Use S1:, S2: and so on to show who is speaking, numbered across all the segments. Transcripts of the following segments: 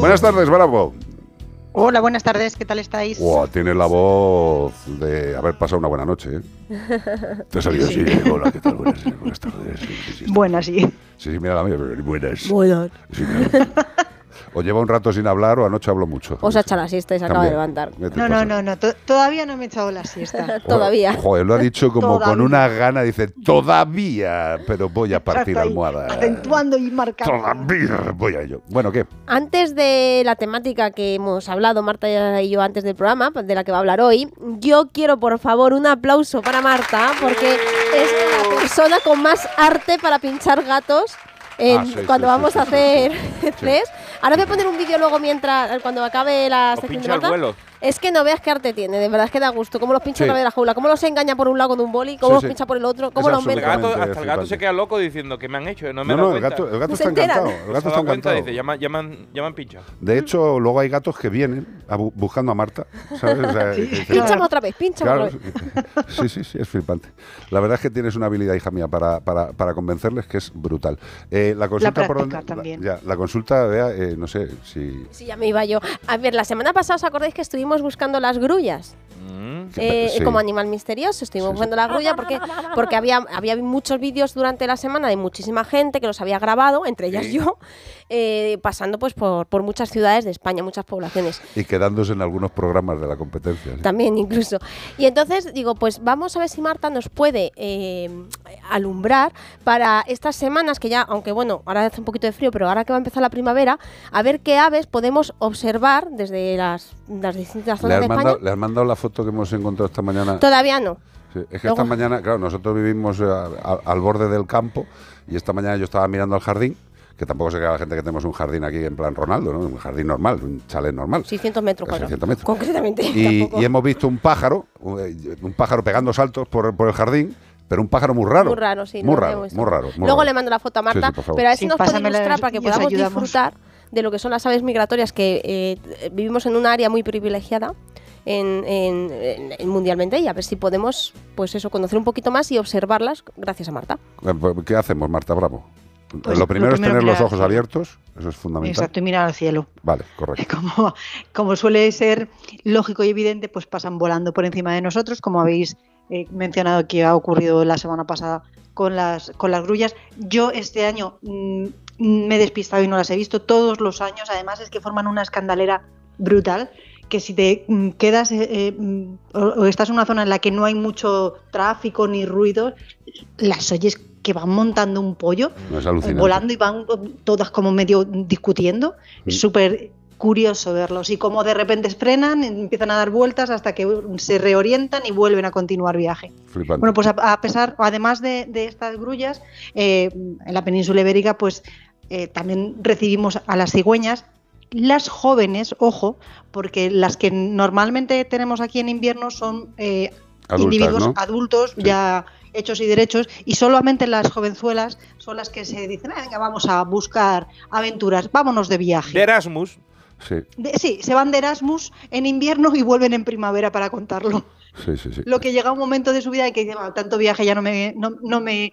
S1: Buenas tardes, Bravo.
S2: Hola, buenas tardes, ¿qué tal estáis?
S1: Wow, tiene la voz de haber pasado una buena noche. ¿eh? Te ha salido así. eh, Hola, ¿qué tal? Buenas, eh, buenas tardes. Sí, sí, sí, está-
S2: Buenas, sí.
S1: Sí, sí, mira la mía. pero Buenas.
S3: Bueno,
S1: Sí, mira. O lleva un rato sin hablar o anoche habló mucho.
S3: os ha echado la siesta y se acaba de
S1: También.
S3: levantar.
S1: ¿Qué te
S2: No, no,
S1: pasa?
S2: no, no, to- todavía no me he echado la siesta.
S3: Todavía.
S1: Joder, lo ha dicho como con
S2: Todavía.
S1: una gana, dice, todavía, pero voy a partir
S2: Estoy
S1: almohada.
S2: Acentuando y marcando.
S1: Todavía voy a ello. Bueno, ¿qué?
S3: Antes de la temática que hemos hablado Marta y yo antes del programa, de la que va a hablar hoy, yo quiero por favor un aplauso para Marta porque
S1: ¡Eh!
S3: es la persona con más arte para pinchar gatos. en-
S1: Ah, sí,
S3: cuando
S1: sí, sí,
S3: vamos
S1: sí,
S3: a
S1: sí,
S3: hacer
S1: sí.
S3: test. Ahora voy a poner un vídeo luego mientras cuando acabe la sección
S4: O
S3: de
S4: pincha el
S3: Marta.
S4: vuelo.
S3: Es que no veas qué arte tiene, de verdad es que da gusto. Cómo los pincha
S1: Sí.
S3: a través de la jaula, cómo los engaña por un lado con un boli, cómo
S1: Sí,
S3: los
S1: sí.
S3: pincha por el otro,
S1: Es
S3: cómo los
S4: El
S3: mete.
S1: absolutamente-
S4: gato, hasta el gato
S1: flipante.
S4: se queda loco diciendo que me han hecho, no me
S1: No,
S4: he dado
S1: no, el
S4: cuenta.
S1: gato, el gato
S3: No se
S1: está
S3: enteran.
S1: encantado. El
S4: No se
S1: gato
S4: ha
S1: está
S4: dado cuenta,
S1: encantado.
S4: dice, ya me, ya me han, ya me han pinchado.
S2: Mm.
S1: De hecho, luego hay gatos que vienen a bu- buscando a Marta. ¿sabes? O sea, que- que-
S3: Pinchame otra vez, pinchame
S1: Claro,
S3: otra vez.
S1: sí, sí, sí, es flipante. La verdad es que tienes una habilidad, hija mía, para, para, para convencerles que es brutal. Eh, la consulta por dónde-
S2: práctica
S1: la-
S2: también.
S1: ya, la consulta, vea, eh, no sé si.
S3: Sí, ya me iba yo. A ver, la semana pasada os acordáis que estuvimos buscando las grullas.
S4: Mm.
S1: que-
S3: Eh,
S1: sí.
S3: Como animal misterioso, estuvimos
S1: Sí, sí.
S3: buscando las grullas porque, porque había, había muchos vídeos durante la semana de muchísima gente que los había grabado, entre ellas yo, eh, pasando pues por, por muchas ciudades de España, muchas poblaciones.
S1: Y quedándose en algunos programas de la competencia. ¿sí?
S3: también incluso. Y entonces digo, pues vamos a ver si Marta nos puede eh, alumbrar para estas semanas que ya, aunque bueno, ahora hace un poquito de frío, pero ahora que va a empezar la primavera, a ver qué aves podemos observar desde las, las distintas
S1: ¿Le
S3: zonas de
S1: has,
S3: España.
S1: mandado, le has mandado la foto que hemos encontrado esta mañana.
S3: Todavía no.
S1: Sí, es que
S3: luego-
S1: esta mañana, claro, nosotros vivimos eh, al, al borde del campo y esta mañana yo estaba mirando al jardín, que tampoco se crea la gente que tenemos un jardín aquí en plan Ronaldo, ¿no? Un jardín normal, un chalet normal.
S3: 600 metros cuadrados.
S1: 600 metros.
S3: Concretamente.
S1: y,
S3: tampoco.
S1: y hemos visto un pájaro, un eh, un pájaro pegando saltos por, por el jardín, pero un pájaro muy raro.
S3: Muy raro, sí.
S1: Muy
S3: lo
S1: raro,
S3: hemos
S1: muy
S3: visto.
S1: raro. muy
S3: Luego
S1: raro.
S3: le mando la foto a
S1: Sí, sí,
S3: Marta,
S1: por favor.
S3: pero a ver si
S2: Sí,
S3: nos puede
S2: pásamela
S3: ilustrar
S2: y
S3: para que
S2: os
S3: podamos
S2: ayudamos.
S3: disfrutar de lo que son las aves migratorias que eh, vivimos en un área muy privilegiada en, en- en- en- mundialmente y a ver si podemos, pues eso, conocer un poquito más y observarlas gracias a Marta.
S1: Eh, pues, ¿Qué hacemos, Marta Bravo?
S2: Pues
S1: lo
S2: lo
S1: primero es
S2: primero
S1: tener los
S2: mirar-
S1: ojos abiertos, eso es fundamental.
S2: Exacto, y mirar al cielo.
S1: Vale, correcto.
S2: Como, como suele ser lógico y evidente, pues pasan volando por encima de nosotros, como habéis eh, mencionado que ha ocurrido la semana pasada con las, con las grullas. Yo este año mm, me he despistado y no las he visto todos los años, además es que forman una escandalera brutal que si te mm, quedas eh, eh, mm, o, o estás en una zona en la que no hay mucho tráfico ni ruido, las oyes que van montando un pollo
S1: No es alucinante.
S2: volando y van todas como medio discutiendo.
S1: Mm.
S2: Es súper curioso verlos. Y como de repente frenan, empiezan a dar vueltas hasta que se reorientan y vuelven a continuar viaje.
S1: Flipante.
S2: Bueno, pues a, a pesar, además de, de estas grullas, eh, en la península ibérica, pues eh, también recibimos a las cigüeñas. Las jóvenes, ojo, porque las que normalmente tenemos aquí en invierno son eh,
S1: Adultas,
S2: individuos
S1: ¿no?
S2: adultos
S1: Sí.
S2: ya hechos y derechos y solamente las jovenzuelas son las que se dicen, "Ah, venga, vamos a buscar aventuras, vámonos de viaje.
S4: De Erasmus,
S1: Sí,
S2: De- sí, se van de Erasmus en invierno y vuelven en primavera para contarlo.
S1: sí, sí. sí.
S2: Lo que llega un momento de su vida y que dice, "Bueno, tanto viaje ya no me, no, no me,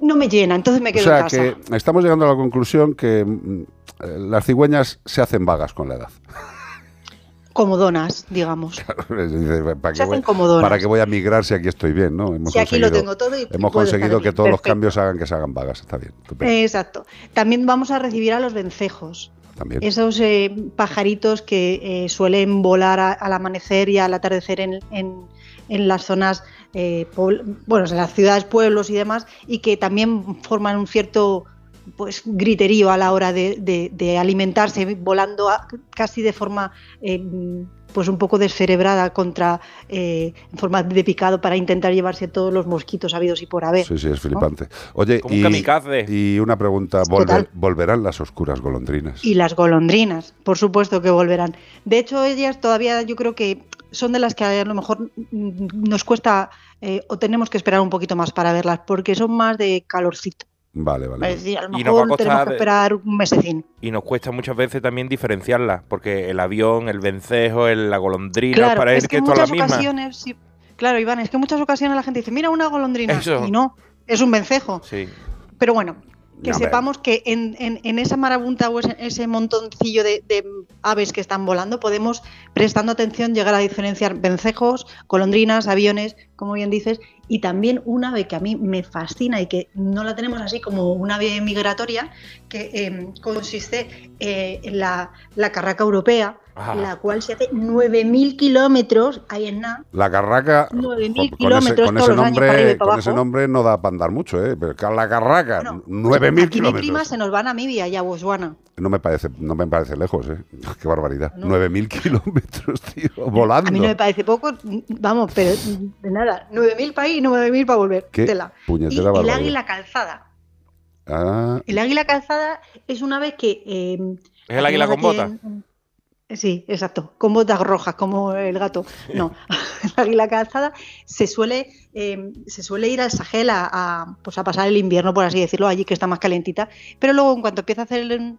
S2: no me llena, entonces me
S1: O
S2: quedo en
S1: sea
S2: casa.
S1: que estamos llegando a la conclusión que mm, eh, las cigüeñas se hacen vagas con la edad.
S2: Como donas, digamos.
S1: Dice, ¿para, qué
S2: Se hacen
S1: voy,
S2: comodonas.
S1: para qué voy a migrar si aquí estoy bien? ¿no? Hemos
S2: Si aquí lo
S1: conseguido-
S2: tengo todo y y
S1: Hemos
S2: puedo estar
S1: conseguido
S2: aquí.
S1: que todos los
S2: Perfecto. Eh,
S1: cambios hagan que se hagan vagas. Está bien. estupendo,
S2: Exacto. También vamos a recibir a los vencejos.
S1: también.
S2: Esos eh, pajaritos que eh, suelen volar a- al amanecer y al atardecer en, en- en las zonas, eh, pobl- bueno, en las ciudades, pueblos y demás, y que también forman un cierto pues griterío a la hora de, de- de alimentarse, volando a- casi de forma eh, pues un poco descerebrada contra eh, en forma de picado para intentar llevarse todos los mosquitos habidos y por haber.
S1: Sí, sí, es flipante. Oye,
S4: como un
S1: Eh, y,
S4: kamikaze.
S1: y una pregunta. ¿volver-
S2: Total.
S1: ¿Volverán las oscuras golondrinas?
S2: Y las golondrinas, por supuesto que volverán. De hecho, ellas todavía yo creo que son de las que a lo mejor mm, nos cuesta eh, o tenemos que esperar un poquito más para verlas, porque son más de calorcito.
S1: Vale, vale.
S2: Es decir, a lo
S4: Mm. Y nos va a
S2: mejor
S4: costar-
S2: tenemos que esperar un mesecín.
S4: Y nos cuesta muchas veces también diferenciarla, porque el avión, el vencejo, el, la golondrina,
S2: claro,
S4: para
S2: es que
S4: él que
S2: en
S4: es toda
S2: muchas
S4: la misma.
S2: ocasiones, sí, claro, Iván, es que en muchas ocasiones la gente dice, mira una golondrina,
S4: Eso.
S2: y no, es un vencejo.
S4: Sí.
S2: Pero bueno, que
S1: No, hombre.
S2: sepamos que en, en- en esa marabunta o ese, ese montoncillo de, de aves que están volando podemos, prestando atención, llegar a diferenciar vencejos, golondrinas, aviones, como bien dices, y también un ave que a mí me fascina y que no la tenemos así como un ave migratoria, que eh, consiste eh, en la, la carraca europea,
S4: Ah.
S2: la cual se hace 9.000 kilómetros, ahí en nada,
S1: La carraca,
S2: 9.000
S1: jo-
S2: kilómetros
S1: con
S2: todos
S1: ese
S2: los años, para arriba
S1: nombre,
S2: y para
S1: con ese
S2: abajo.
S1: nombre no da para andar mucho, ¿eh? Pero ca- la carraca,
S2: Bueno, pues
S1: 9.000
S2: Aquí mi prima
S1: kilómetros.
S2: se nos va a Namibia y a Botswana.
S1: No me parece, no me parece lejos, ¿eh? Qué barbaridad.
S2: No.
S1: 9.000 kilómetros, tío, volando.
S2: A mí no me parece poco, mm, vamos, pero mm, de nada, 9.000 para ir y 9.000 para volver.
S1: Qué
S2: Tela. Y
S1: puñetera
S2: el
S1: barbaridad.
S2: águila calzada.
S1: Ah,
S2: El águila calzada es una ave que... eh,
S4: ¿Es el águila con
S2: tenemos
S4: botas?
S2: aquí en- en- Sí, exacto, con botas rojas, como el gato. No, el águila calzada se suele, eh, se suele ir al Sahel a, a, pues a pasar el invierno, por así decirlo, allí que está más calentita, pero luego en cuanto empieza a hacer el-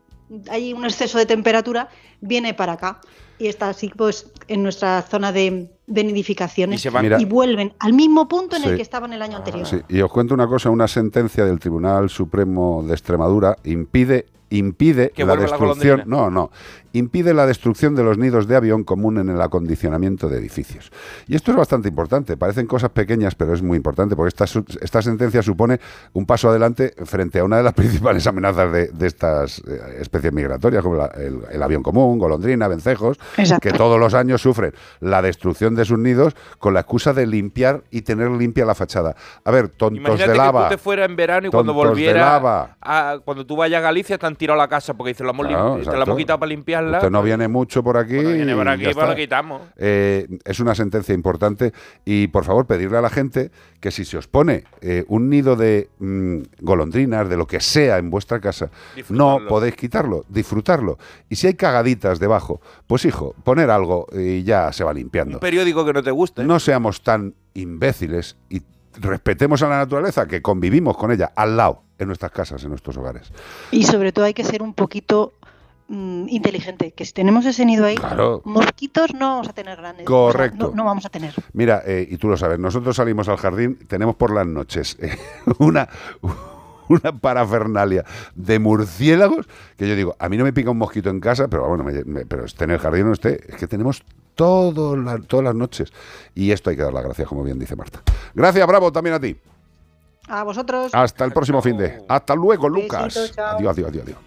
S2: hay un exceso de temperatura, viene para acá y está así pues en nuestra zona de, de nidificaciones
S4: Y se van-
S1: Mira.
S2: y vuelven al mismo punto en
S1: Sí.
S2: el que estaban el
S4: Ah,
S2: año anterior.
S1: sí. Y os cuento una cosa, una sentencia del Tribunal Supremo de Extremadura impide impide
S4: Que
S1: la
S4: vuelva la
S1: destrucción,
S4: golondrina.
S1: no, no, impide la destrucción de los nidos de avión común en el acondicionamiento de edificios. Y esto es bastante importante, parecen cosas pequeñas, pero es muy importante porque esta, su- esta sentencia supone un paso adelante frente a una de las principales amenazas de, de estas eh, especies migratorias, como la- el, el avión común, golondrina, vencejos,
S2: Exacto.
S1: que todos los años sufren la destrucción de sus nidos con la excusa de limpiar y tener limpia la fachada. A ver, tontos
S4: Imagínate
S1: de
S4: que
S1: lava.
S4: tú te fueras en verano y cuando
S1: Tontos de
S4: volviera
S1: lava.
S4: a- cuando tú vayas a Galicia te han tirado la casa porque dicen, la hemos,
S1: Claro,
S4: lim- te la
S1: exacto.
S4: hemos quitado para limpiarla.
S1: Usted no viene mucho por aquí.
S4: Bueno, viene por
S1: y
S4: aquí,
S1: ya
S4: pues la
S1: está.
S4: quitamos.
S1: Eh, es una sentencia importante y por favor pedirle a la gente que si se os pone eh, un nido de mm, golondrinas, de lo que sea en vuestra casa, no
S4: Disfrutarlo.
S1: podéis quitarlo, disfrutarlo. Y si hay cagaditas debajo, pues hijo, poner algo y ya se va
S4: Un
S1: limpiando.
S4: periódico que no te guste.
S1: No seamos tan imbéciles y respetemos a la naturaleza, que convivimos con ella al lado, en nuestras casas, en nuestros hogares.
S2: Y sobre todo hay que ser un poquito mm, inteligente, que si tenemos ese nido ahí,
S1: Claro.
S2: mosquitos no vamos a tener grandes. o sea,
S1: Correcto.
S2: no, no vamos a tener.
S1: Mira, eh, y tú lo sabes, nosotros salimos al jardín, tenemos por las noches eh, una, una parafernalia de murciélagos que yo digo, a mí no me pica un mosquito en casa, pero bueno, me- me- pero esté en el jardín o no esté, es que tenemos todo la- todas las noches. Y esto hay que dar las gracias, como bien dice Marta. Gracias, bravo, también a ti.
S2: A vosotros.
S1: Hasta el próximo fin de. Hasta luego, Lucas.
S2: Besito, chao.
S1: Adiós, adiós, adiós, adiós.